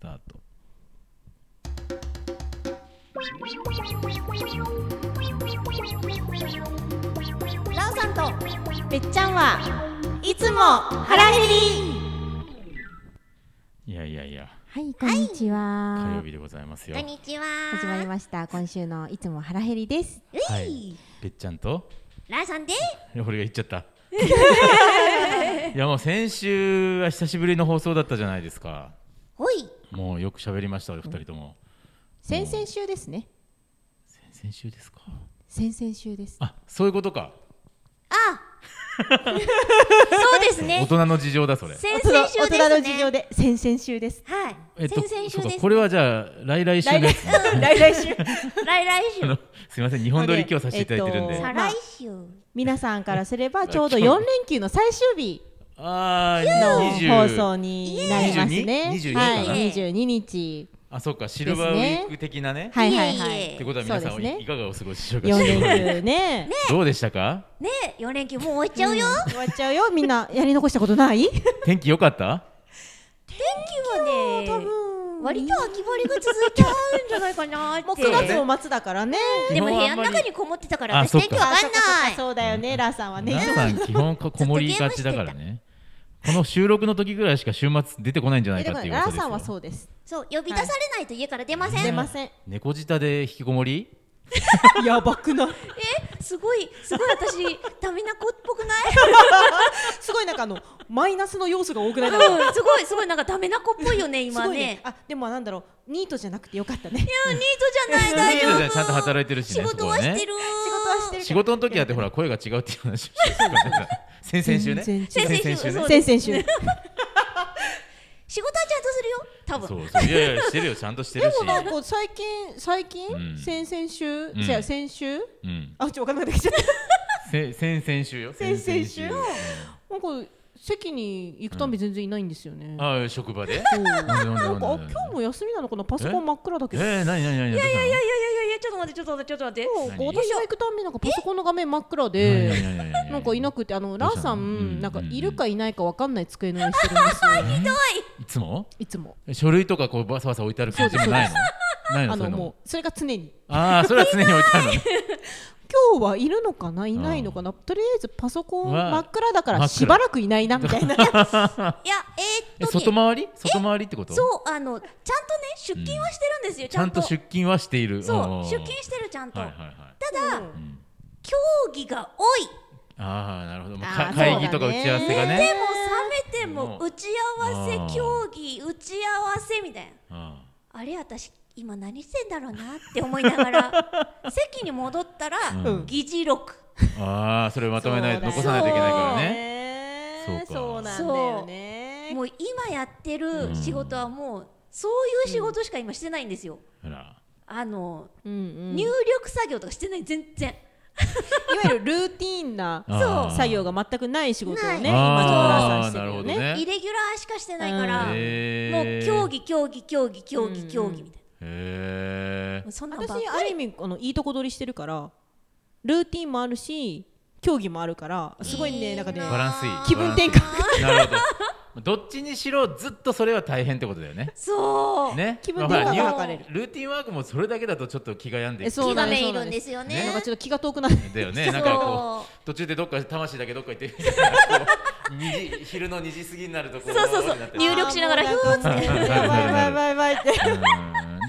タートラオさんとべっちゃんはいつも腹減りいやいやいやはい、こんにちは。火曜日でございますよこんにちは始まりました。今週のいつも腹減りです。はいべっちゃんとラオさんで俺が言っちゃった いやもう先週は久しぶりの放送だったじゃないですかほいもうよく喋りました俺二人とも、先々週ですね。先々週ですか先々週です。あそういうことかあそうです大ね人の事情だそれ先々週ですね大人の事情で先々週です。 はい、先々週そうでかすこれはじゃあ来来週来のや来つ来来週。来来 週あのすみません日本撮り今日させていただいてるんで、えっと再来週皆さんからすればちょうど4連休の最終日あのー放20送になりますね。 22かなはい、22日。あそうかシルバーウィーク的なねはいはいはいえいいえ。ってことは皆さんそはうですいねいかがお過ごしでしょうか4連休ね。どうでしたかね四連休もう終わっちゃうよ、終わっちゃうよ。みんなやり残したことない？天気良かった天気はね分割と秋晴れが続いちゃうんじゃないかなってもう9月も末だからね。でも部基本あ屋んまのり中にこもってたからあ私そっ天か気わかんそっそっないそうだよね、ラーさんはね皆。さん基本ここもりがちだからねこの収録の時ぐらいしか週末出てこないんじゃないえでかもっていうラ噂ーですさんはよそうです。そう呼び出されないと家から出ません、出ません。猫舌で引きこもり やばくない。 すごいすごい 私ダメな子っぽくないすごいなんかあのマイナスの要素が多くないなんかうん、すごいすごいなんかダメな子っぽいよねす今ごいね。あでもなんだろうニートじゃなくてよかったね。いやニートじゃない大ニートじゃない丈夫。ちゃんと働いてるしね仕事はそこはねしてる。仕事はしてる。仕事の時だってほら声が違うっていう話をしてたから先々週ね全然う違々週ねそう先々週。仕事はちゃんとするよ。多分。そうそういやいやしてるよちゃんとしてるしなんか最近最近、うん先々週、んじゃあ先週うんあちょっと分かんなくなってきちゃっ せ先々週よ先々週々た。なんか席に行くたび全然いないんですよね。うんあ職場でそうなんかあなん今日も休みなのかなパソコン真っ暗だけど。えー、なになになにいやいやいやいやいやいやいやちょっと待ってちょっと待ってちょっと待って。そう何私が行くたんびなんかパソコンの画面真っ暗いでやい。やいやいや なんかいなくてあのラーさん、うんなんかいるかいないかわかんない机の上にしてるんです よいつもいつも書類とかこうバサバサ置いてある感じもないのないのあそういのうのもうもそれが常にああそれは常に置いてあるのね今日はいるのかないないのかなとりあえずパソコンうわ真っ暗だ真からっ暗しばらくいないなみたいないやええーっと外ね。回り外回りってことそうあのちゃんとね出勤はしてるんですよ。ちゃんとちゃん出勤はしていると。んんそんう出勤してるちゃんと。はいはいたはいだうん競技が多い。ああなるほどもうあーかそうだね会議とか打ち合わせがでねも冷めてもうん打ち合わせあー競技打ち合わせみたいな。ああれ私今何してんだろうなって思いながら 席に戻ったら、うん議事録あーそれまとめないそうだよ残さないといけないからねねそうかそうなんだよねもう今やってる仕事はもうそういう仕事しか今してないんですよ、ほらあの、うんうん、い入わ力作業とかしてない全然ゆるルーティーンな あー作業が全くない仕事をね今ちょっとラーあさんあしてなるるよほどねねイレギュラーしかしてないから、へもーう競技競技競技競技競技みたいな、へもうそんなんばっかり私ある意味あのいいとこ取りしてるからルーティンもあるし競技もあるからすごいねなんかねバランスいい気分転換えなるほどどっちにしろずっとそれは大変ってことだよねそう、ね気分転換まあがほ図られるルーティンワークもそれだけだとちょっと気が病んでえきそう気ながんですめいるんですよねなんかちょっと気が遠くなるだよねなんかこう途中でどっか魂だけどっか行ってるみたいなこう二 時昼の2時過ぎになるとこそうそうそうなってる入力しながらあヒューもうなんかーってやばいやばいやばいやばいってうん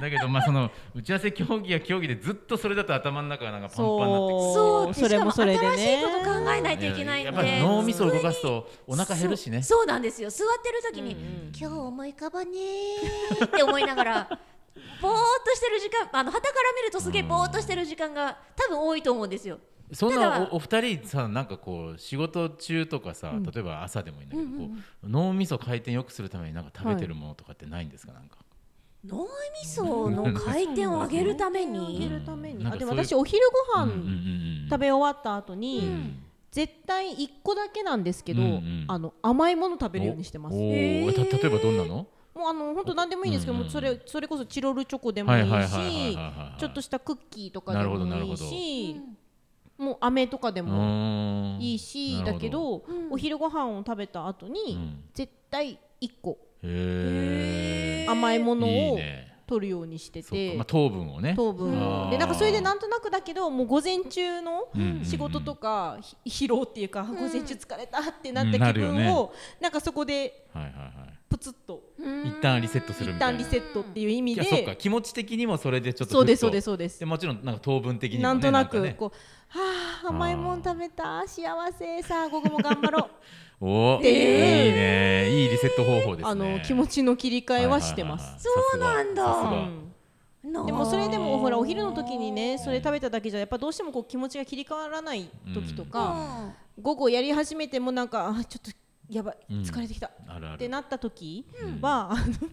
だけどまあその打ち合わせ競技や競技でずっとそれだと頭の中がなんかパンパンになってくるそうそれもそれでしかねも新しいこと考えないといけないんでやっぱり脳みそを動かすとお腹減るしねそうそうなんですよ座ってる時に、今日思い浮かばねーって思いなが らぼーっとしてる時間あの旗から見るとすげえぼーっとしてる時間が多分多いと思うんですよそんただなおお二人さなんかこう仕事中とかさ、例えば朝でもいいんだけど、こう脳みそ回転良くするためになんか食べてるものとかってないんですかなんか、脳みその回転を上げるため上にげるためうんになんあかでもそういう私お昼ごうんうん飯うん食べ終わった後に、ん絶対一個だけなんですけど、うんうんあの甘いもの食べるようにしてますおもうおへーた例えばどんなのあの本当何でもいいんですけど、うんうんもうそれそれこそチロルチョコでもいいはいはいはいはいはいしはいはいちょっとしたクッキーとかでもなるいほいどなし、もう飴とかでうもーんいいしだけど、うんお昼ご飯を食べた後に、うん絶対1個へへへー甘いもえのいいをね取るようにしてそってか、まあ、糖分をね糖あ分ーでなんかそれでなんとなくだけどもう午前中のうんうんうん仕事とか、ひ疲労っていうか、午前中疲れたってなっうんたな気るよ分ねを、なんかそこではいはいはいプツッとうん一旦リセットする一みたいな旦リセットっていう意味いやそっかで気持ち的にもそれでちょっとそうですふそっうとですそうですでもちろんなんか糖分的にも、ね、なんとなくんかねこうはあ甘いもん食べた幸せさあ午後も頑 張ろおーっていういいねいいリセット方法ですねう、あの気持ちの切り替えはしてます、はいはいはいはいそうなんださはすいがはうんなでもそれでもほらお昼の時にねそれ食べただけじゃやっぱどうしてもこう気持ちが切り替わらない時とか、午後やり始めてもなんかあちょっとやばいうん疲れてきた、あるあるってなった時は、あの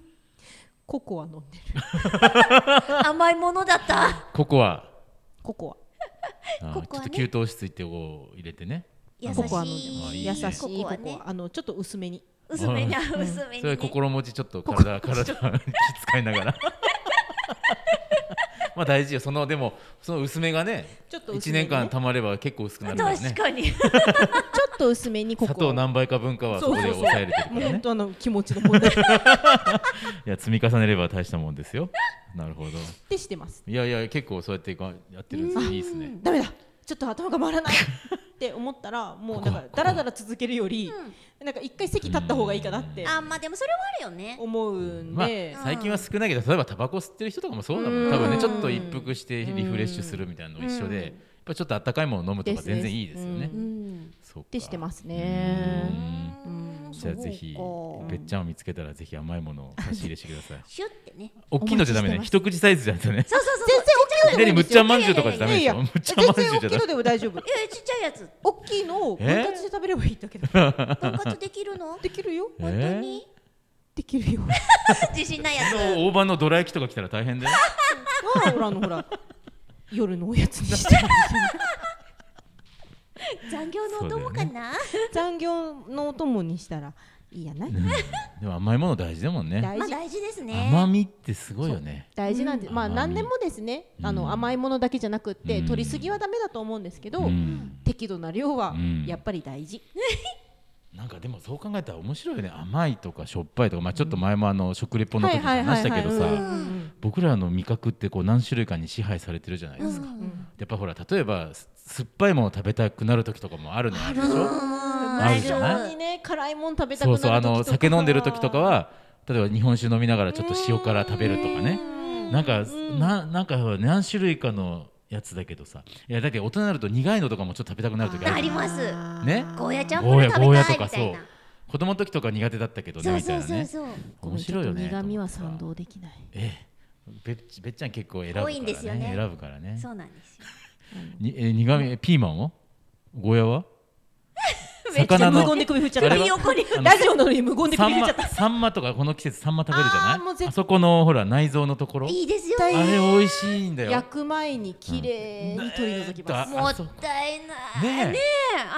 ココア飲んでるうん甘いものだ ったココアココあーココちょっアねと給湯室行ってこう入れてね優アしいココア飲んあいいねでます優しいココココア,、アねあのちょっと薄めに薄めに薄めにそれねは心持ちちょっと体体気使いな がらまあ大事よそのでもその薄めがねちょっと薄1めに年ね間たまれば結構薄くなるから確ねかにちょっと薄めにコ砂コ糖ア何倍か分かはそそうこそうでそう抑えれてるかもうら本ね当あの気持ちの問題っいや積み重ねれば大したもんですよなるほどてしてますいやいや結構そうやってこうやってるんです いいですねダメだちょっと頭が回らないって思ったらもうなんかだらだら続けるより、なんか一回席立った方がいいかなってあまあでもそれはあるよね思うんまあで、最近は少ないけど例えばタバコ吸ってる人とかもそうだもうんん多分ねちょっと一服してリフレッシュするみたいなの一緒でやっぱちょっと温かいもの飲むとか全然いいですよねですうんそうかってしてますうね。んうんじゃあぜひそうかべっちゃんを見つけたらぜひ甘いものを差し入れしてくださいシュってね大きいのじゃダメね一口サイズじゃなくてねそうそうそう全然いきなりむっちゃんまんじゅうとかじゃダメでいしやょいむやっちゃんま全んじゅう然じゃダ大きい のメでも大丈夫。いやちっちゃいやつ大きいのをえ分割で食べればいいだけだ。分割できるのできるよ。本当に できるよ。自信ないやつ大判のどら焼きとか来たら大変だよあほらあのほら夜のおやつにして残業のお供かな 残業のお供にしたらいいやない。でも甘いもの大事だもんね大まあ事大事ですね甘みってすごいよね大事なんで、うんまあ甘み何でもですね。あうんの甘いものだけじゃなくってうん取りすぎはダメだと思うんですけうど、ん適度な量はうんやっぱり大事。なんかでもそう考えたら面白いよね甘いとかしょっぱいとかまあちょっと前もあの食レポの時に話したけどうんさ僕らの味覚ってこう何種類かに支配されてるじゃないですかやっぱほら例えばす酸っぱいもの食べたくなる時とかもあるのあるでしょあるじゃないにね辛いもん食べたくそなうそる時とうかあの酒飲んでる時とかは例えば日本酒飲みながらちょっと塩辛食べるとかねなんかななんか何種類かのやつだけどさいやだけど大人になると苦いのとかもちょっと食べたくなる時ああるりじますゃんねゴーヤチャンプゴールヤ食ゴーべヤたといみかたそいうな子供の時とか苦手だったけどねそうみたそいうなそうねそう面白いよね苦味は賛同できない。ええべっちべっちゃん結構選ぶから多いんですよねね選ぶからねそうなんですよにえ苦味えピーマンはゴーヤはめっちゃ魚無の言で首振っちゃっあたれ。は横にあのラジオなのに無言でサ首ン振っマちゃった。サンマとかこの季節サンマ食べるじあーもうゃない絶あそこのほら内臓のところいいですよあ対れ美味しいんだよ焼く前に綺麗に取り除きます。もったいないねえねえ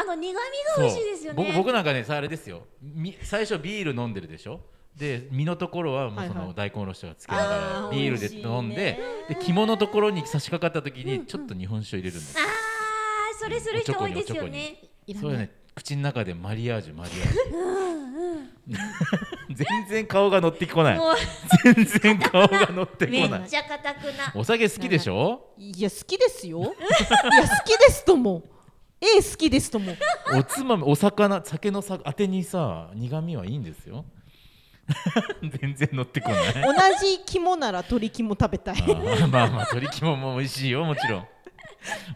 あの苦味が美味しいですよねそう僕僕なんかねさあれですよみ最初ビール飲んでるでしょで身のところはもうそはいはのい大根おろしとかつけながあらービール美で味しいね飲んでで肝のところに差し掛かった時にちょっと日本酒を入れるんですあーそれする人多いですよねいらそうなよい。ね口の中でマリアージュマリアージュ全然顔が乗ってこないもう全然顔が乗ってめこなっいちゃ硬くなお酒好きでしょいや好きですよ。いや好きですとも。ええ好きですとも。おつまみお魚酒のさ当てにさ苦味はいいんですよ 全然乗ってこない同じ肝なら鶏肝食べたい。あー まあまあ鶏肝も美味しいよもちろ ん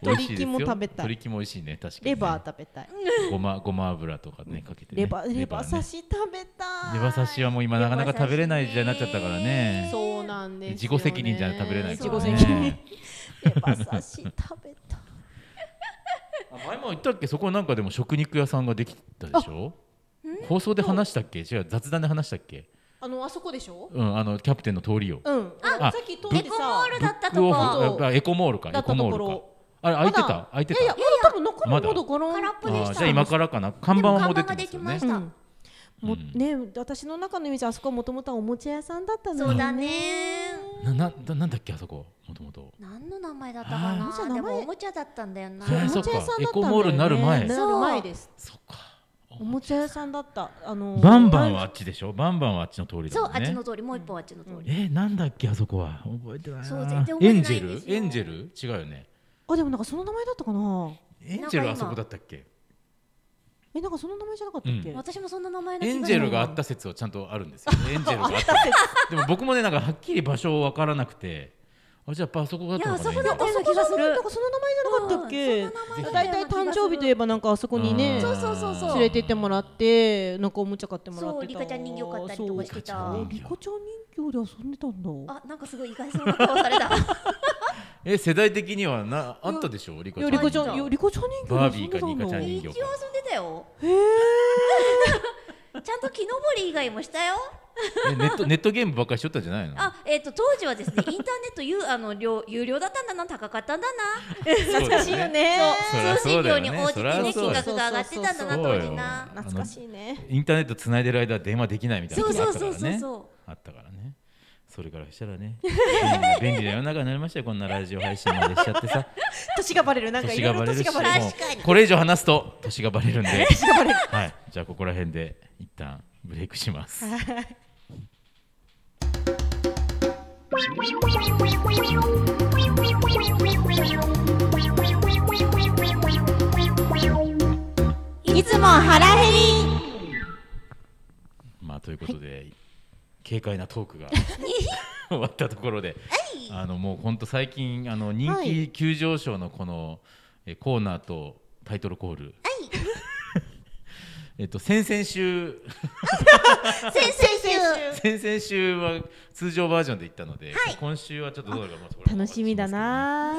美味しいですよ鶏肝食べたい鶏肝美味しいね確かにね、レバー食べたい。ごまごま油とかねかけてねレバレバね刺し食べたい。レバ刺しはもう今なかなか食べれない時代になっちゃったからねそうなんですよね。自己責任じゃ食べれない自か己ら責ね任。 レバ刺し食べたい。 あ前も言ったっけそこなんかでも食肉屋さんができたでしょ放送で話したっけ違う雑談で話したっけあのあそこでしょ？うんあのキャプテンの通りをうん。あさっき通ってエコモさー。ルだったとブックオこフそうあエコモールかだエったコとモこールろかあれ開いてまただ開いていやいやたまだ多分残るままだだこの空っぽでしあたーじゃあ今からかな看板はもう出てますよでも看板ができまねしたもね私の中のイメージあそこはもともとはおもちゃ屋さんだったのそうにだねななだなんだっけあそこもともと何の名前だったかあーおもちゃな名前でもおもちゃだったんだよなそうおあもちゃ屋さんだったんだよねそっかエコモールになる前なる前ですそっかあおもちゃ屋さんだったあのバンバンはあっちでしょバンバンはあっちの通りだそうもんあっちねの通りもう一本あっちの通り、えなんだっけあそこは覚えてないなそう全然覚エえンてジないんですェルよエンジェル違うよねあでもなんかその名前だったかなエンジェルなあんか今そこだったっけえなんかその名前じゃなかったっけ、うん私もそんな名前の気エがンジェルがあった説はちゃんとあるんです よエンジェルがあったでも僕もねなんかはっきり場所分からなくてあじゃあやっぱあそこだったのかいやあそこな今だったような気がするなんかその名前じゃなかったっけ、うんそんな名前だっただいようたいな気がす誕る生日といえばなんかあそこにね、うんそうそうそうそう連れてってもらってなんかおもちゃ買ってもらってたそうリカちゃん人形買ったりとかしてたそうリカちゃん人形で遊んでたんだあなんかすごい意外そうな顔されたえ世代的にはなあったでしょリカいちやゃんリカちゃんあいやリカちゃん人バー形でビ遊んーかでたんリだカちゃん人一応遊んでたよへえ ちゃんと木登り以外もしたよえネットネットゲームばっかりしとったんじゃないのあえっ、と当時はですねインターネット有あの料有料だったんだな高かったんだな懐懐かしいよねそりゃ通そ信うだ料よにね応じそてりねゃそう金だよ額が上がってたんだなそう当よ時な懐かしいねインターネット繋いでる間は電話できないみたいなことがあったからそうそうそうねそうそあったからねそれからしたらね便利な便利な世の中になりましたよこんなラジオ配信までしちゃってさ年がバレる なんかい年ろがいバろレる年しがもバうレる確かにこれ以上話すと年がバレるんではいじゃあここら辺で一旦ブレイクしますいつも腹減りまあということで、軽快なトーク が 終わったところで、あのもう本当最近あの人は気い急上昇のこの、えコーナーとタイトルコール、 えっと先々週先生先々週は通常バージョンで行ったので、今週はちょっとどうなるかまあそれは楽しみだな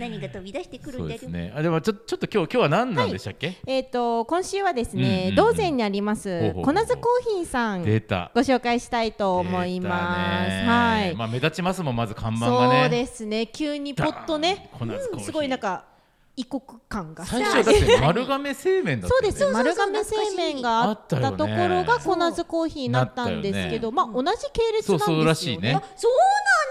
何が飛び出してくるそんうだでろすうねあでもちょちょっと今日今日は何なんでしたっけ、えっ、と今週はですうんうんうねん道前にありますほうほうほう小夏コーヒーさんデータご紹介したいと思いま出すたねはい、まあ目立ちますもんまず看板がねそうですね急にポッとねダーンコナズコーヒーうんすごいなんか異国感が最初だって丸亀製麺だったそようねです丸亀製麺があったあとっこたよねろがコナズコーヒーになったんですけど、まあ同じ系列なそうんですよねそうらしいねあそう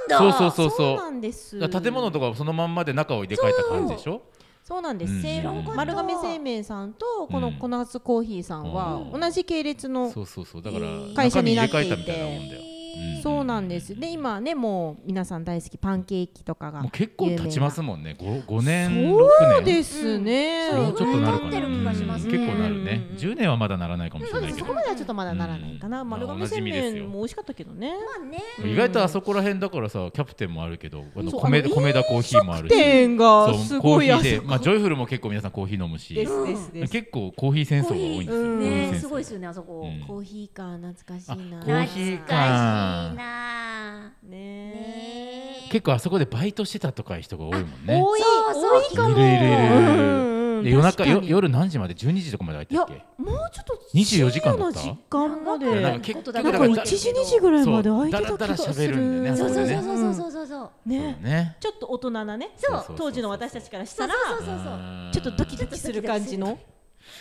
なんだそうそうそうそうなんですだから建物とかそのまんまで中を入れ替えた感じでしょそうなんです、うん製知らんかった丸亀製麺さんとこうのんコナズコーヒーさんはうん同じ系列のそうそうそうだから会社中身に入なれってい替えたみてたいなもんだよ、んそうなんですで今ねもう皆さん大好きパンケーキとかがもう結構経ちますもんね 5, 五年六そう年ですね、うんもうちょっとなるかなそれぐらい経ってる気がしますうんね結構なるねうん10年はまだならないかもしそれうなでいけすどそこまではちょっとまだならないかな、うん丸まあ亀おなじ製みですよ麺も美味しかったけどねまあね意外とあそこら辺だからさキャプテンもあるけどあのそう米あの米田コーヒーもあるし店そがうすコーごいヒー安で、まあ、ジョイフルも結構皆さんコーヒー飲むしですでですすです結構コーヒー戦争が多いんですよコーヒーコーヒーね戦争すごいですよねあそこ、うんコーヒーか懐かしいなあコ懐ーかヒしーいかなねね結構あそこでバイトしてたとかいう人が多いもんね多いそうそう多いかもいるいるいるうんうんで夜中確かよに夜何時まで12時とかまでい開いやてたっけもうちょっと24時間だった深夜の時間まいやなんかで結構なんかだ1ら時2時ぐらいまで空いてそうだたら気だらがす喋るんだよるねそうそうそうそううそうそうそうねねちょっと大人なねそうそう当時の私たちからしたらそうそうそうそうちょっとドキドキする感じの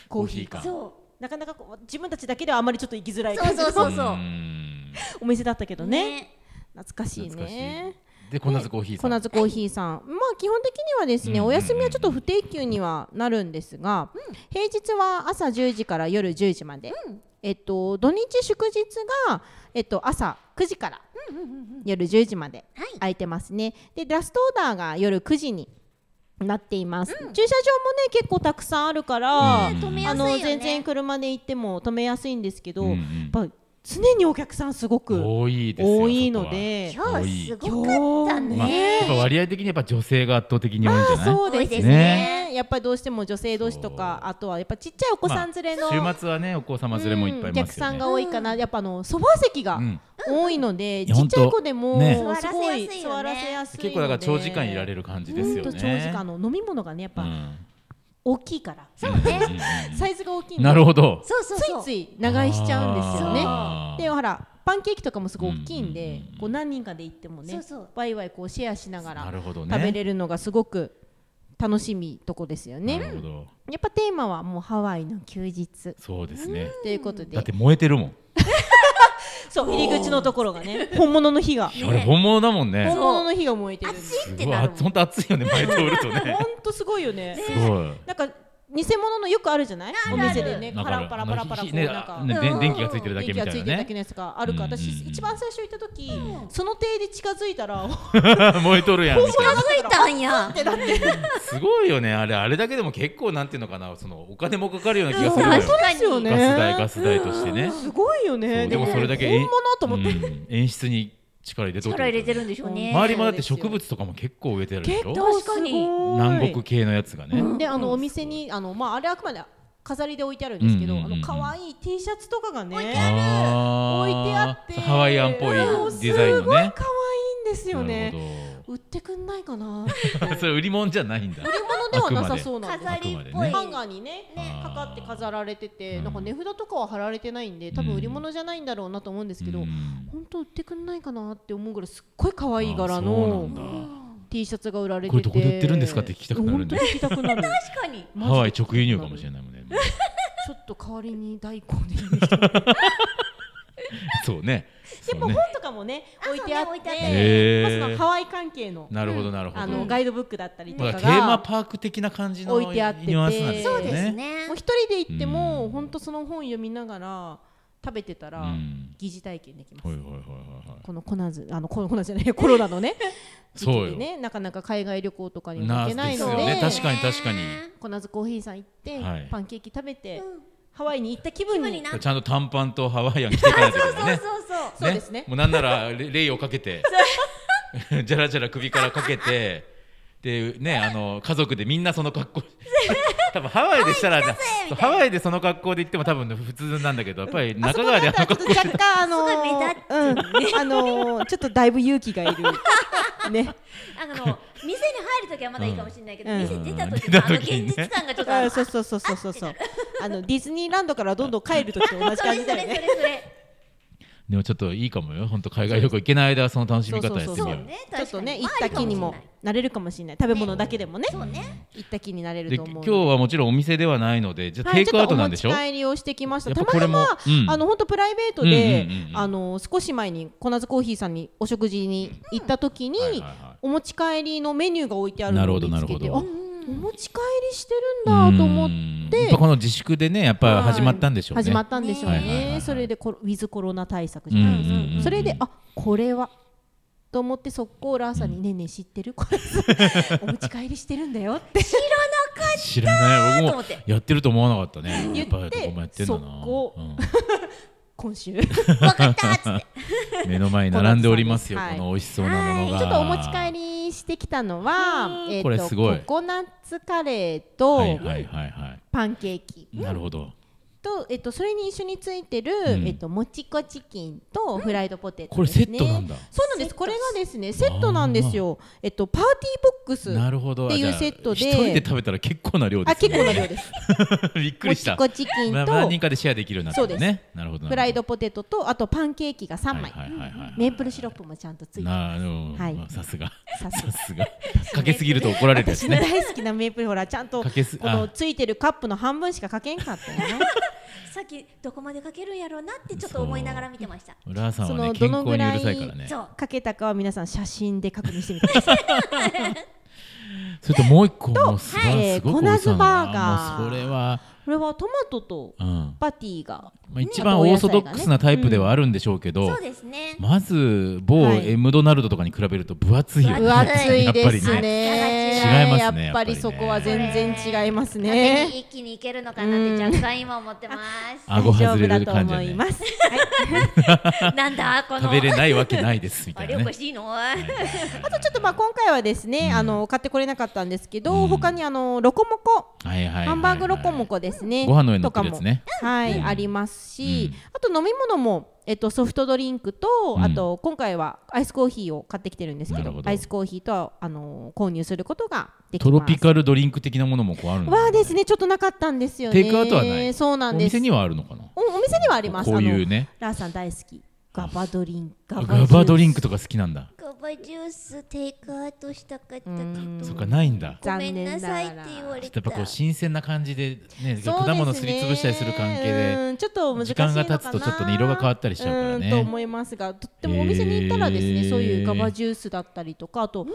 ココーーヒーヒーかかそうなかなかこう自分たちだけではあまりちょっと行きづらいそ感うじそうのそうそううーんお店だったけどねね懐かしい懐かしねいでコナズコーヒーさコんナズコーヒーさん、まあ基本的にはですね、うんうんお休みはちょっと不定休にはなるんですが、平日は朝10時から夜10時まで、えっと土日祝日がえっと朝9時から夜10時まではい空いてますね。でラストオーダーが夜9時になっています。駐車場もね結構たくさんあるから、ね止めやあすいよのね全然車で行っても止めやすいんですけど、うんうんやっぱ常にお客さんすごく多いですよ多いのそで。今日すごかったこはまあねやっぱ割合的にやっぱ女性が圧倒的に多いんじゃないそう多でいすでねすねやっぱりどうしても女性同士とかそうあとはやっぱちっちゃいお子さん連れの、まあ週末はねお子様連れもいっぱいいおま客すよさんねが多いかな、やっぱあのソファー席がうん多いので、いやちっちゃい子でほんも、とねすごい座座ららせせややすいので結構だから長時間いられるる感じですよ長ね時間あの飲み物がねやっうぱん大きいから、そうねサイズが大きいのでなるほどそうそうそうついつい長居しちゃうんですよねあーでほらパンケーキとかもすごい大きいんうんで、うんうんこう何人かで行ってもねそうそうワイワイこうシェアしながならるほどね食べれるのがすごく楽しみとこですよねなるほどやっぱテーマはもうハワイの休日そうですねということでだって燃えてるもんそう入り口のところがね本物の火があれ本物だもん本ね物の火が燃えてるんです熱いすってごいなあるもん 本当熱いよね前通るとねほんとすごいよねすごいなんか偽物のよくあるじゃないあおるある店でねなんパかあラるパラパラパラあのこひうねなんかあねうんで電気がついてるだけ電みた気がついいてるなだけねのやつがあるから、うんうん私一番最初行った時、その手で近づい たら燃えとるやんみたいな気づいたんやってなってすごいよねあれあれだけでも結構なんていうのかなそのお金もかかるような気がするうんのよ確かにですよねガス代ガス代としてねすごいよそねうでもそれだけ本え物と思って、うん演出に力入れと力入れてるるんでしょうね周りもだって植物とかも結構植えてるで結しょ構すごい確かに南国系のやつがね、であのお店にあの、まあ、あれあくまで飾りで置いてあるんですけど、うんうんうんうんあの可愛い T シャツとかがね置いてあーあってハワイアンっぽいうんデザインのねすごい可愛いんですよなねる売ってくんないか なほど それ売り物じゃないんだ売り物ではなさそうなんです飾りっぽあいくハンガーにねねかかって飾られてて、あーなんか値札とかは貼られてないんで多分売り物じゃないんだろうなと思うんですけど、うん本当売ってくんないかなって思うぐらいすっごい可愛いあ柄そうなんだの T シャツが売られててこれどこで売ってるんですかって聞きたくなるんだ本当に聞きたくなる確かにハワイ直輸入かもしれないもんね ちょっと代わりに大根でいいですかそうねでそもうね本とかもねあ置いてあっそうね置いてあってて、まあへーそのハワイ関係のなるほどなるほど、あのガイドブックだったりとだかかがらテーマパーク的な感じのニ置いてあっててュアンスなんですそようねですねもう一人で行ってうもん本当その本読みながら食べてたうらん疑似体験できますはいはいはいはいはいこのコナズあのココナズじゃない コロナのね時 そう期よでねなかなか海外旅行とかにもな行けないですのよでね確かに確かにコナズコーヒーさん行って、はいパンケーキ食べて、うんハワイに行った気分無に理なそうちゃんと短パンとハワイアン着ていかないといけないそうねそうそうですねもうなんならレレイをかけて じゃらじゃら首からかけてでねあの家族でみんなその格好 多分ハワイでしたらそうハワイでその格好で行っても多分普通なんだけどやっぱり中川でああのそこ格だ好と若干あのすごい 目立うん、あのーちょっとだいぶ勇気が いるねあの店に入るときはまだいいかもしれないけど、うん店出たときうん出たのあの現時にね実感がちょっとああのそうそうそうそうそうそうあのディズニーランドからどんどん帰る時と同じそれ感じそだれよそれ ねそれでもちょっといいかもよ本当海外旅行行けない間はその楽しみ方そやうってそうみそよううね確ちかょにっとね行った気にもなれるかもしれない食べ物だけでもねそうね行った気になれるでと思う今の日はもちろんお店ではないのでじゃあはテいイちクょアっウトとおな持んでちしょ帰りをしてきましたやたっぱこまれたもまうんあの本当プライベートでうんうんうんうんあの少し前にコナズコーヒーさんにお食事に行った時にうんはいはいはいお持ち帰りのメニューが置いてあるのを見なつるほどけなてるほあおど持ち帰りしてるんだと思うっんやっぱこの自粛でねやっぱ始まったんでしょうね、始まったんでしょうねはいはいはいはねいそれでコロウィズコロナ対策じゃないですうんうんうんうかんそれであこれはと思って速攻ラーさんに「ねえねえ知ってる これお持ち帰りしてるんだよ」って知らない僕と思もってやってると思わなかったね言やっってぱりどこもやってんだな、速攻うん 今週わかったっつって目の前に並んでおり ますよはいこの美味しそうなものがちょっとお持ち帰りしてきたのは、えーとこれすごいココナッツカはレーいとはいはいはパンケーキいなるほどと、えっと、それに一緒についてる、んえっと、もちこチキンとフライドポテトこれです、セッね、トなんだそうなんですこれがですねセットなんですよえっとパーティーボックスなるほどっていうセットであじゃあ一人で食べたら結構な量であすね結構な量です びっくもりしちたこチキンまあと何人かでシェアできるようになってるそうねなるほどなるほどフライドポテトとあとパンケーキが3枚はいはいはいはいはいメープルシロップもちゃんとついてまなるほどはいまあさすが さすさすがかけすぎると怒られるやすつ 私のね大好きなメープルほらちゃんとこかけすあのついてるカップの半分しかかけんかったよ ねさっきどこまでかけるんやろうなってちょっと思いながら見てました浦和さんはそねの健ど康にのぐうらいるさいからねそうかけたかは皆さん写真で確認してみてくださいそれともう一個もうすはごいいすごく美味しそうなのが粉酢バーガーもうそれはこれはトマトとうんパティがまあ、一番オーソドックスなタイプではあるんでしょうけど、そうですねまず某はいエムドナルドとかに比べると分厚いよね。分分厚いですやっぱりね違いますねやっぱりやっぱりねそこは全然違います風にね一気にいけるのかなって若干今思ってま顎外れ大る丈夫だ感とじ思で、いねま、すすなんだこの食べれないわけないですみたあいれなおね。かしいのははいはいはいあとちょっとまあ今回はですね、あの買ってこれなかったんですけど、うん他にあのロコモコ、はいはいはいはいハンバーグロコモコですね、ご飯の上に乗ってるやつねとかもはい、うんありますし、うんあと飲み物もえっとソフトドリンクと、うんあと今回はアイスコーヒーを買ってきてるんですなけどるほどアイスコーヒーとあの購入することができますトロピカルドリンク的なものもこうあるのかなはですねちょっとなかったんですよねテイクアウトはないそうなんですお店にはあるのかなおお店にはありますこういうねあのラーさん大好きガバドリンクガバドリンクととか好きなんだ。ガバジューステイクアウトしたかったけどんそっかないんだ。ごめんなさいって言わちょっれとやたっぱこう新鮮な感じでねそうですね果物すりつぶしたりする関係でうんちょっと難しい時のかな間が経つとちょっとね色が変わったりしちゃうからんね。と思いますがとってもお店に行ったらですね、へーそういうガバジュースだったりとかあと、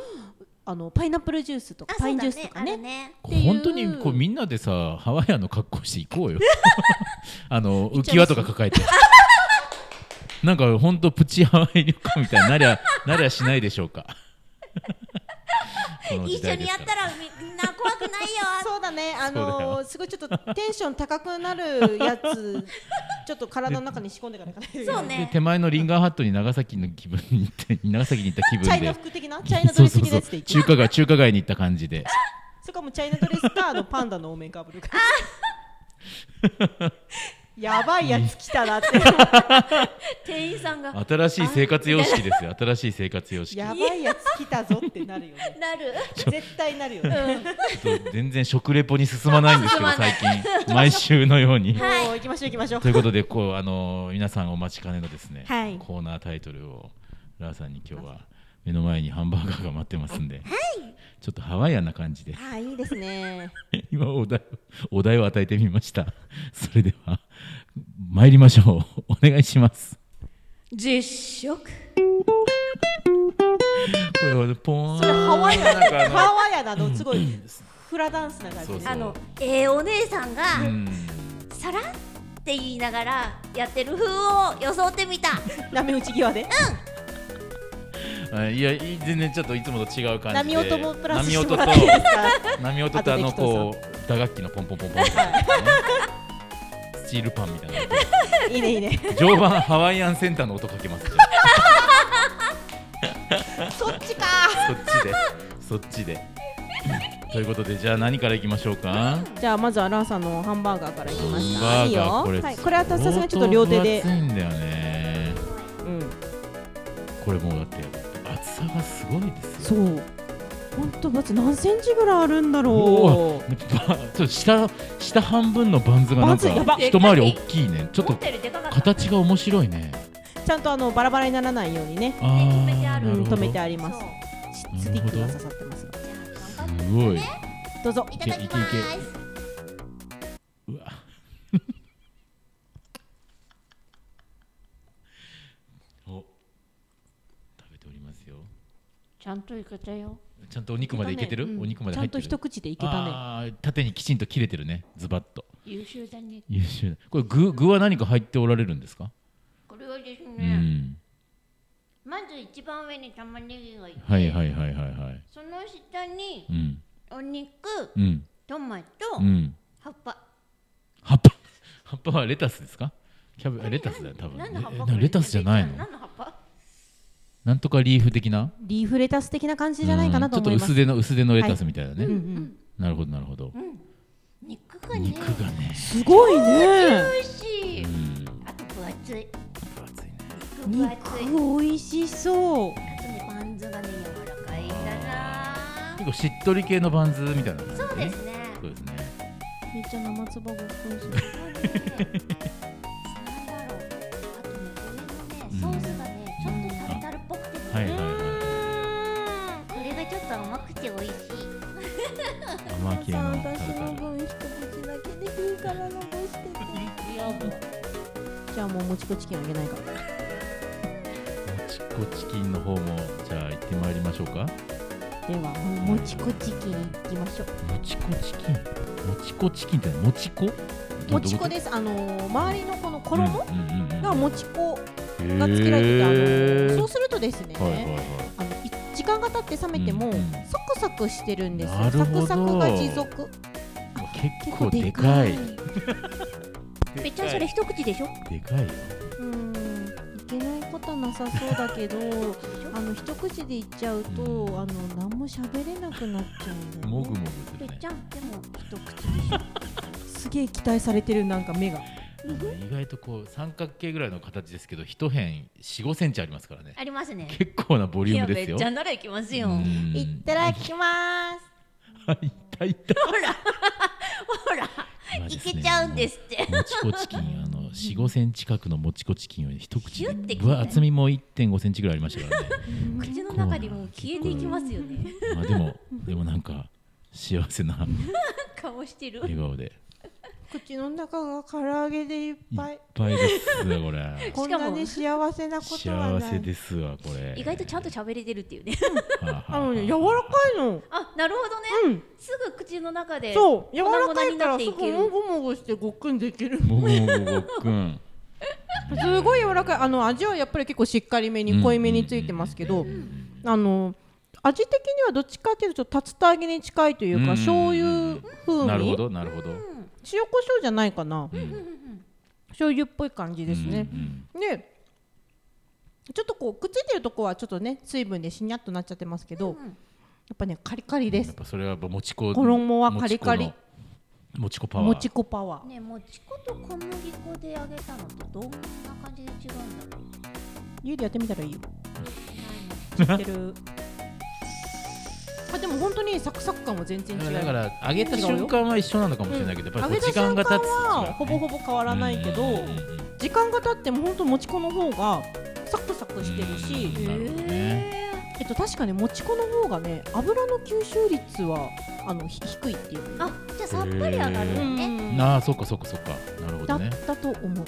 あのパイナップルジュースとかパインジュースとかねねていう本当にこうみんなでさハワイアンの格好して行こう よあの浮き輪とか抱えてなんか本当プチハワイ旅行みたいになりゃなりゃしないでしょう かこの時一緒代にでやすっからたらみんな怖くないよ そうだね、あそうだのーすごいちょっとテンション高くなる やつ、ちょっと体の中に仕込んでいかなきゃいけないそうねで手前のリンガーハットに長崎の気分に行って長崎に行った気分チャイでナ服的な、チャイナドレス的なやつでいく。中華街中華街に行った感じ でそれかもうチャイナドレスか、あのパンダのお面かぶるか。 やばいやつ来たなって。店員さんがな新しい生活様式ですよ新しい生活様式やばいやつ来たぞってなるよね。る絶対なるよね。ちょっと全然食レポに進まないんですけど進まな最い近毎週のようにもはいう行きましょう行きましょうとい。うことでこうあのー皆さんお待ちかねのですね、はいコーナータイトルをラーさんに今日は目の前にハンバーガーが待ってますんで、ちょっとハワイアンな感じで あーいいですね。今お題をお題を与えてみました それでは参りましょうお 願いします実食これはポーンそれハワイアンなんかあなのの。ハワイアンなのすごいフラダンスな感じそうでそうあのええお姉さんがうんさらって言いながらやってる風を装ってみた波打ち際で。あいやいい全然ちょっといつもと違う感じ波で音もプラスして波も音らとっていいですか。波音とあの後でこう打楽器のポンポンポンポンってね、スチールパンみたいな。いいねいいね。 常磐ハワイアンセンターの音かけます。そっそっちか。ちで、そっちで。ということで、じゃあ何からいきましょうか。じゃあまずはランさんのハンバーガーからいきましハた。いンいバーガーよ。これ、はい、これはさすがにちょっと両手で相当。熱いんだよね。うん。これもうだって厚さがすごいですそよ。う。本当まず何センチぐらいあるんだおろう。ばちょっと下下半分のバンズがなんバンズやばか一回り大きいね。ちょっ思とったよりでかかった形が面白いね。ちゃんとあのバラバラにならないようにね、あ止めてああー、るなうんるほ止ど。めてありそうますじ。どスティックが刺さってますが。ゃあ頑張ってすごい。どうぞ。いただきまいけいーすうわ。 お。食べておりますよ。ちゃんといけたよちゃんとお肉までいけてる？うんお肉までちゃ入んってとる。一口でいけたね。あー縦にきちんと切れてるね。ズバッと。優秀だね優秀だ。これ具具は何か入っておられるんですか？これはですうね、ん。まず一番上に玉ねぎがいて、はいはいはいはいはい。その下にうんお肉うんトマト、うん。葉っぱ葉っぱ葉っぱはレタスですか？キャベあレタスだよ多分。何レの葉っぱなレタスじゃないの？何の葉っぱなんとかリーフ的な？リーフレタス的な感じじゃないかなと思いうんまちょっと薄す。手の薄手のレタスみたいなね。うんうんなるほどなるほど。肉がね肉がね。すごいね。美味しいうん。あと分厚分厚いいね。肉分厚い肉美味しそう。あとねバンズがね柔らかいんだな結構しっとり系のバンズみたいな感じ、ね。そうですねそうですね。めっちゃ生つばが美味しい。これねなんだろうあとねこれのねソースがねちょっとタルタルっぽくてねはいはいはこれがちょっと甘くて美味しいい。甘系のタルタル。分一口だけでいいから残してて。じゃあもうもちこチキンあげないから。もちこチキンの方もじゃあ行ってまいりましょうか。ではもちこチキンいきましょうもちこチキン。もちこチキンってもちこ？もちこす。ですあのー周りのこのうんうん衣うんうん。がもちがこが作られててあのーそうすするとですね、はいはいはい。あのい時間が経って冷めても、うんうんサクサクしてるんですよなるほどサクサクが持続結構でかい。めっちゃそれ一口でしょでかいよ。うんいけないことなさそうだけど あの一口でいっちゃうと、うんあの何も喋れなくなっちゃうんだよもねぐもぐすぺるっねち。ゃんでも一口すげえ期待されてるなんか目があの意外とこう三角形ぐらいの形ですけど、一辺四五センチありますからね。ありますね結構なボリュームですよ。いやめっちゃならいきますよ、うんいっただきまはい、いたいた。。ほらほらいけちゃうんですすってもちこチキン、あの四五センチ角のもちこチキンを一口ヒュッで。て切ったね分厚みも一点五センチぐらいありましたからね。口の中にもう消えていきますよね まあ、でも、でもなんか幸せな顔してる笑顔で。口の中が唐揚げでいっぱいっいぱいですわこれこんなに幸せなことはない幸せですわこれ意外とちゃんと喋れてるっていうねはああはあのね柔らかいのあなるほどね、うんすぐ口の中でそう柔粉ら々かにいなかっらてすいごけいるもごもごしてごっくんできるもぐもぐごっくんすごい柔らかいあの味はやっぱり結構しっかりめに濃いめについてますけど、あの味的にはどっちかっていうと竜田揚げに近いというか、うん醤油風なるほ味塩コどなるほどショウじゃないかな、醤油っぽい感じですね、でちょっとこうくっついてるとこはちょっとね水分でしにゃっとなっちゃってますけど、やっぱねカリカリでやすっぱそれはやっぱもち粉衣はカリカリもち粉のもち粉パワーもち粉パワー、ねもち粉と小麦粉で揚げたのとどんな感じで違うんだろう家でやってみたらいいよ知ってるあでも本当にサクサク感は全然違うだから揚げた瞬間は一緒なのかもしれないけど、やっぱり揚こげうた時間瞬が経間つはほぼほぼぼ変わらないけど、時間が経っても本当もち粉の方がサクサクしてるし、なるほどねえっと確かねもち粉の方がね油の吸収率はあのひ低いっていうあじゃあさっぱり揚がるよね、んああそっかそっかそっかなるほだどっねたと思う。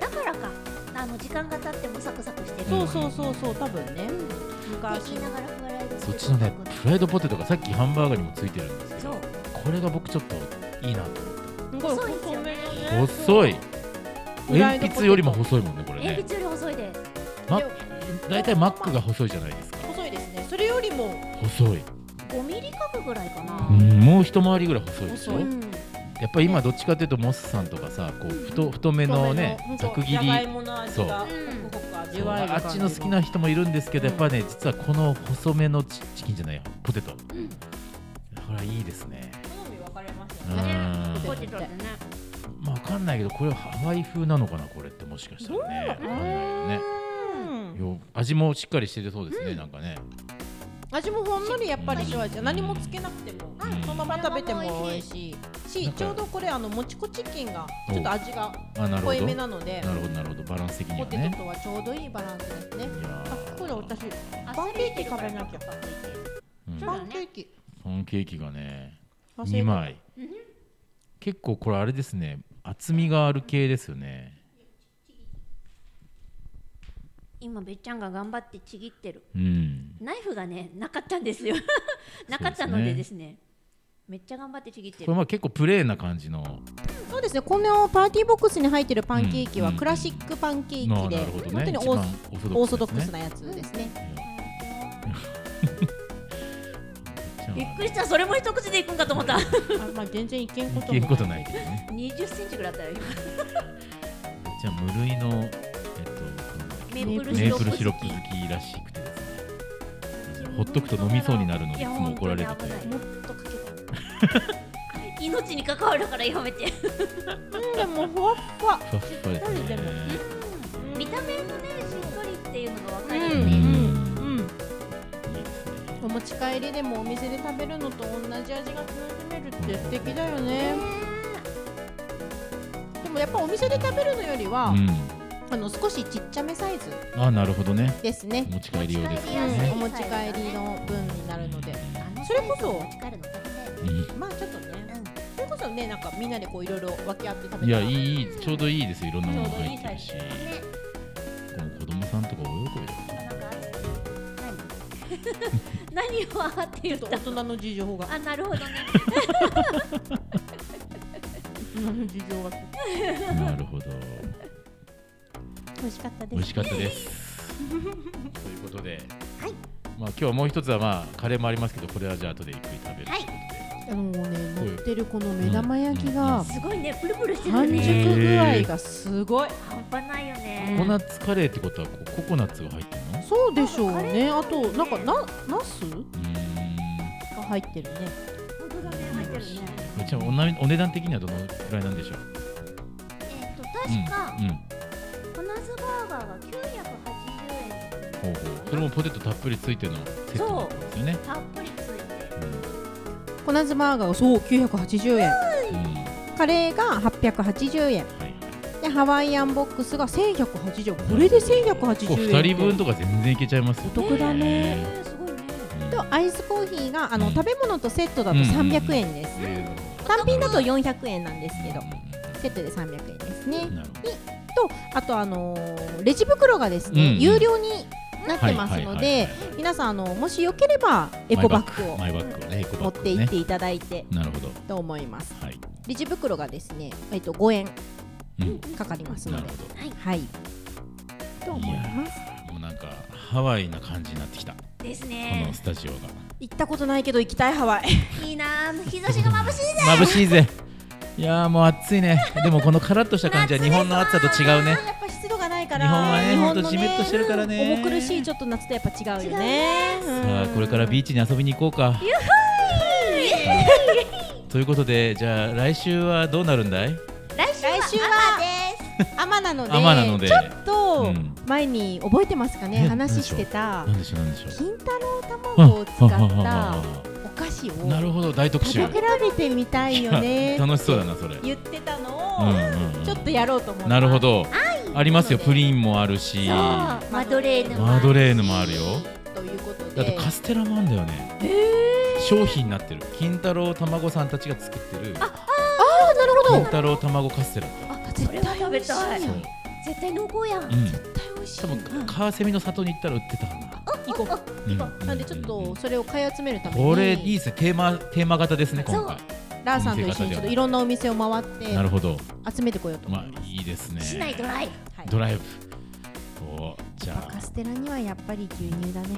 だからかあの時間が経ってもサクサクしてるそうそうそうそう多分ねって昔言いながらフライドそっちのねフライドポテトがさっきハンバーガーにもついてるんですけそどうこれが僕ちょっといいなとすご細いいですよね細めのね細いフライド鉛ポテト筆よりも細いもんねこれ鉛ね筆より細いですまでも大体マックが細いじゃないですか細いですねそれよりも細い、 5ミリ角ぐらいかな、うんもう一回りぐらい細いでしょ細いやっぱり今どっちかというとモスさんとかさこう太太めのねざく切りもの味がホクそうあっちの好きな人もいるんですけど、うんやっぱね実はこの細めのチチキンじゃないよポテト、だからいいですね好み分かれますうんポテトってねまあわかんないけどこれはハワイ風なのかなこれってもしかしたらねわかんないよねよ味もしっかりしてるそうですね、なんかね味もほんのりやっぱり塩味何もつけなくても、んそのまま食べても美味しいしなんかちょうどこれあのもちこチキンがちょっと味があなるほ濃いどめななのでるほどなるほどバランス的にポはテねトとはちょうどいいバランスですねいやあーこれ私パンケーキ食べなきゃうんそうパだンケーキパンケーキがね忘れて2枚結構これあれですね厚みがある系ですよね今べっちゃんが頑張ってちぎってるうんナイフがねなかった んですよなかったのでですねめっちゃ頑張ってちぎっこてれるまあ結構プレーンな感じのそうですねこのパーティーボックスに入ってるパンケーキうはんクラシックパンケーなキで、なるほど本当ねにオ一ー番スオオーーソソドドッッククススなねやつですね。びっくりしたそれも一口でいくんかと思ったあまあ全然いけんことも言うことないけどね20センチぐらいあったよ今じゃあ無類の、えっと、メープルシメローッププル好シロップき好きらしくてですねほっとくと飲みそうになるのでいつも怒られるといやもっと かけた命に関わるからやめてうんでもふわっふわふわふわですねでも見た目もねしっとりっていうのが分かるよううんんいね、うんいですねお持ち帰りでもお店で食べるのと同じ味が楽しめるって素敵だよねでもやっぱお店で食べるのよりは、うあの少しちっちゃめサイズん、あなるほどねですおね、持ち帰り用ですうんねお持ち帰りの分になるのであのそれこそ持ち帰るの大変だよねいまあちょっとうねんそれこそねなんかみんなでこういろいろ分け合って食べたらいやいいいいちょうどいいですよいろんなものが入ってるしちょうねこの子供さんとかお喜びだよなんかある 何何をあって言っちょったと大人の事情があなるほどね大人の事情がなるほど美味しかった美味しかったですということで、まあ、今日はもう一つはまあカレーもありますけどこれはじゃあ後でゆっくり食べるということで、あのね乗ってるこの目玉焼きうがすごいねプルプルしてるよ半ね熟具合がすごい半端ないよココねナッツカレーってことはこうココナッツが入ってるのうそうでしょうねあとなんかなナスーが入ってるね本当だね入ってるねんじゃあおなお値段的にはどのくらいなんでしょうえっと確かうんうん、コナズバーガーが980円とかでほうほうそれもポテトたっぷりついてのセットなんですよねたっぷりついてコナズバーガーがそう980円うん、うん、はカレーが880円いはいでハワイアンボックスが1180円これでこう1180円二人分とか全然いけちゃいますよお得だねえーすごいねうんとアイスコーヒーがあのうん食べ物とセットだとうんうんうん300円です、えー単品だと400円なんですけどセットで300円ですねなるほどとあとあのーレジ袋がですうんね、うん有料になってますはのいはいはいで皆さんあのもしよければエコバッグをマイバッグをねエコ持バッっグをて行ねっていただいてなるほどと思いますはいレジ袋がですねえっと5円うんかかりますなのるでほどはいと思いますもうなんかハワイな感じになってきたこですのねスタジオが行ったことないけど行きたいハワイいいなあ日差しが眩しいぜ眩しいぜいやーもう暑いねでもこのカラッとした感じは日本の暑さと違うねやっぱ湿度がないから日本はね日ほん本とのじめっとしてるからね重苦しいちょっと夏とやっぱ違うよねさあこれからビーチに遊びに行こうかということでじゃあ来週はどうなるんだい来週は来週朝アマなのでアマなのでちょっうとん前に覚えてますかねえ話してなたんでしょうなんでしょう金太郎卵を使ったあお菓子をあ なるほど大特集食べ比べてみたいよね 楽しそうだなそれ言ってたうんのうんうんをちょっとやろうと思ってなるほどありますよなのでプリンもあるしはだそうマドレーヌマドレーヌもあるよということってでカステラもあんだよね商品になってる金太郎卵さんたちが作ってるあなるほ金ど太郎卵カステラあ絶絶対対美食べ味しいたいそう絶対濃厚やん、うん絶対美味しい多分カワセミの里に行ったら売ってたかな行こううん行こうなんでちょっとそれを買い集めるためにこれいいですねテーマテーマ型ですね今回ラーさんと一緒にちょっといろんなお店を回ってなるほど集めてこようと思まいまあすいいですねしないドライはいドライブおじゃあカステラにはやっぱり牛乳だね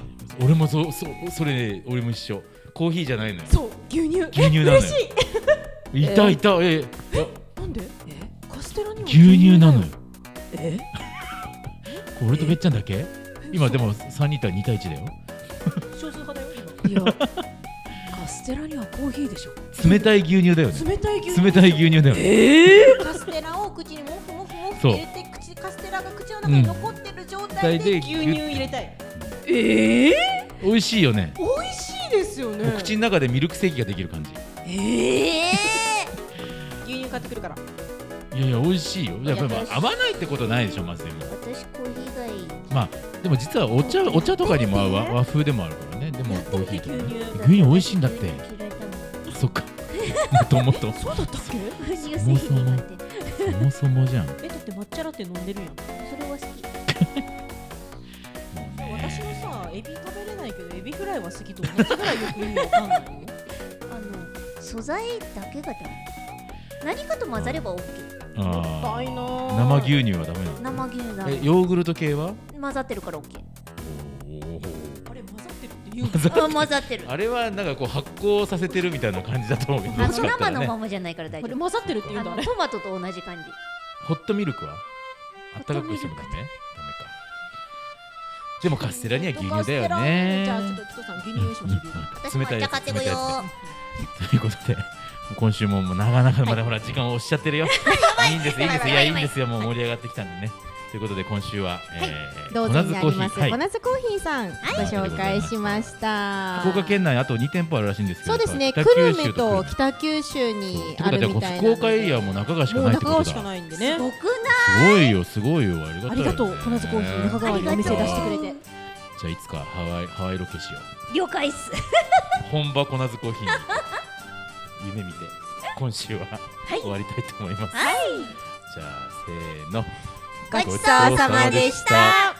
俺もそうそうそれ俺も一緒コーヒーじゃないのよそう牛乳牛乳なのよ嬉しいいたいたえいやなんでカステラには牛乳なのよえこれとべっちゃんだけ今でも3人対2対1だよ少数派だよいやカステラにはコーヒーでしょ冷たい牛乳だよね冷たい牛乳冷たい牛乳だよね今カステラを口にモフモフモフそう入れて口カステラが口の中に残ってる状態うんで牛乳入れたいええ美味しいよね美味しいですよね口の中でミルクセーキができる感じ え牛乳買ってくるからいやいや美味しいよやっぱりまいやあ合わないってことないでしょまずでもー、私コーヒーがいいまあでも実はお茶お茶とかにも合う和和風でもあるからねでもコーヒーとかね牛乳美味しいんだって嫌いだもんそっかもともとそうだったっけ乳製品苦手そもそもじゃんもえだって抹茶ラテ飲んでるやんそれは好きうね私もさエビ食べれないけどエビフライは好きと同じぐらいよく意味わかんないよあの素材だけがダメ何かと混ざれば OK もったあいなーー生牛乳はダメなの生牛乳だえヨーグルト系は混ざってるから OK あれ混ざってるって言うのあ混ざってるあれはなんかこう発酵させてるみたいな感じだと思うけどあのどっちかって生の言ったらまねまじゃないから大あ丈れ夫混ざってるって言うあんだあのれトマトと同じ感じホットミルクはあったかくしてもダメダメかでもカステラには牛乳だよねじゃあちょっとキトさん牛乳用意しましょう牛乳私も抹茶買ってこよということで、もう今週ももう長々まだほら時間を押しちゃって るよ。いいんです、いいんです、いやいいんですよ、もう盛り上がってきたんでね。ということで今週は、えーどうぞになります。はいコナズコーヒーさん、ご紹介しました。福岡県内あと2店舗あるらしいんですけど、そうですね。や久っぱ留北米九州と来北九州にあるるみみたたいいなな。ので。福岡エリアはもう中川しかもうないっ中てこと川だ。しかすないんでね。僕ごいよ、すごいよ、ありがたいよね、ありがとうコナズコーヒー中川にお店出してあくれりて。じゃあいつかハワイハワイロケしよう。な了解っす本場コナズコーヒーに 夢見て今週ははい終わりたいと思います。はいじゃあせーの。ごちそうさまでした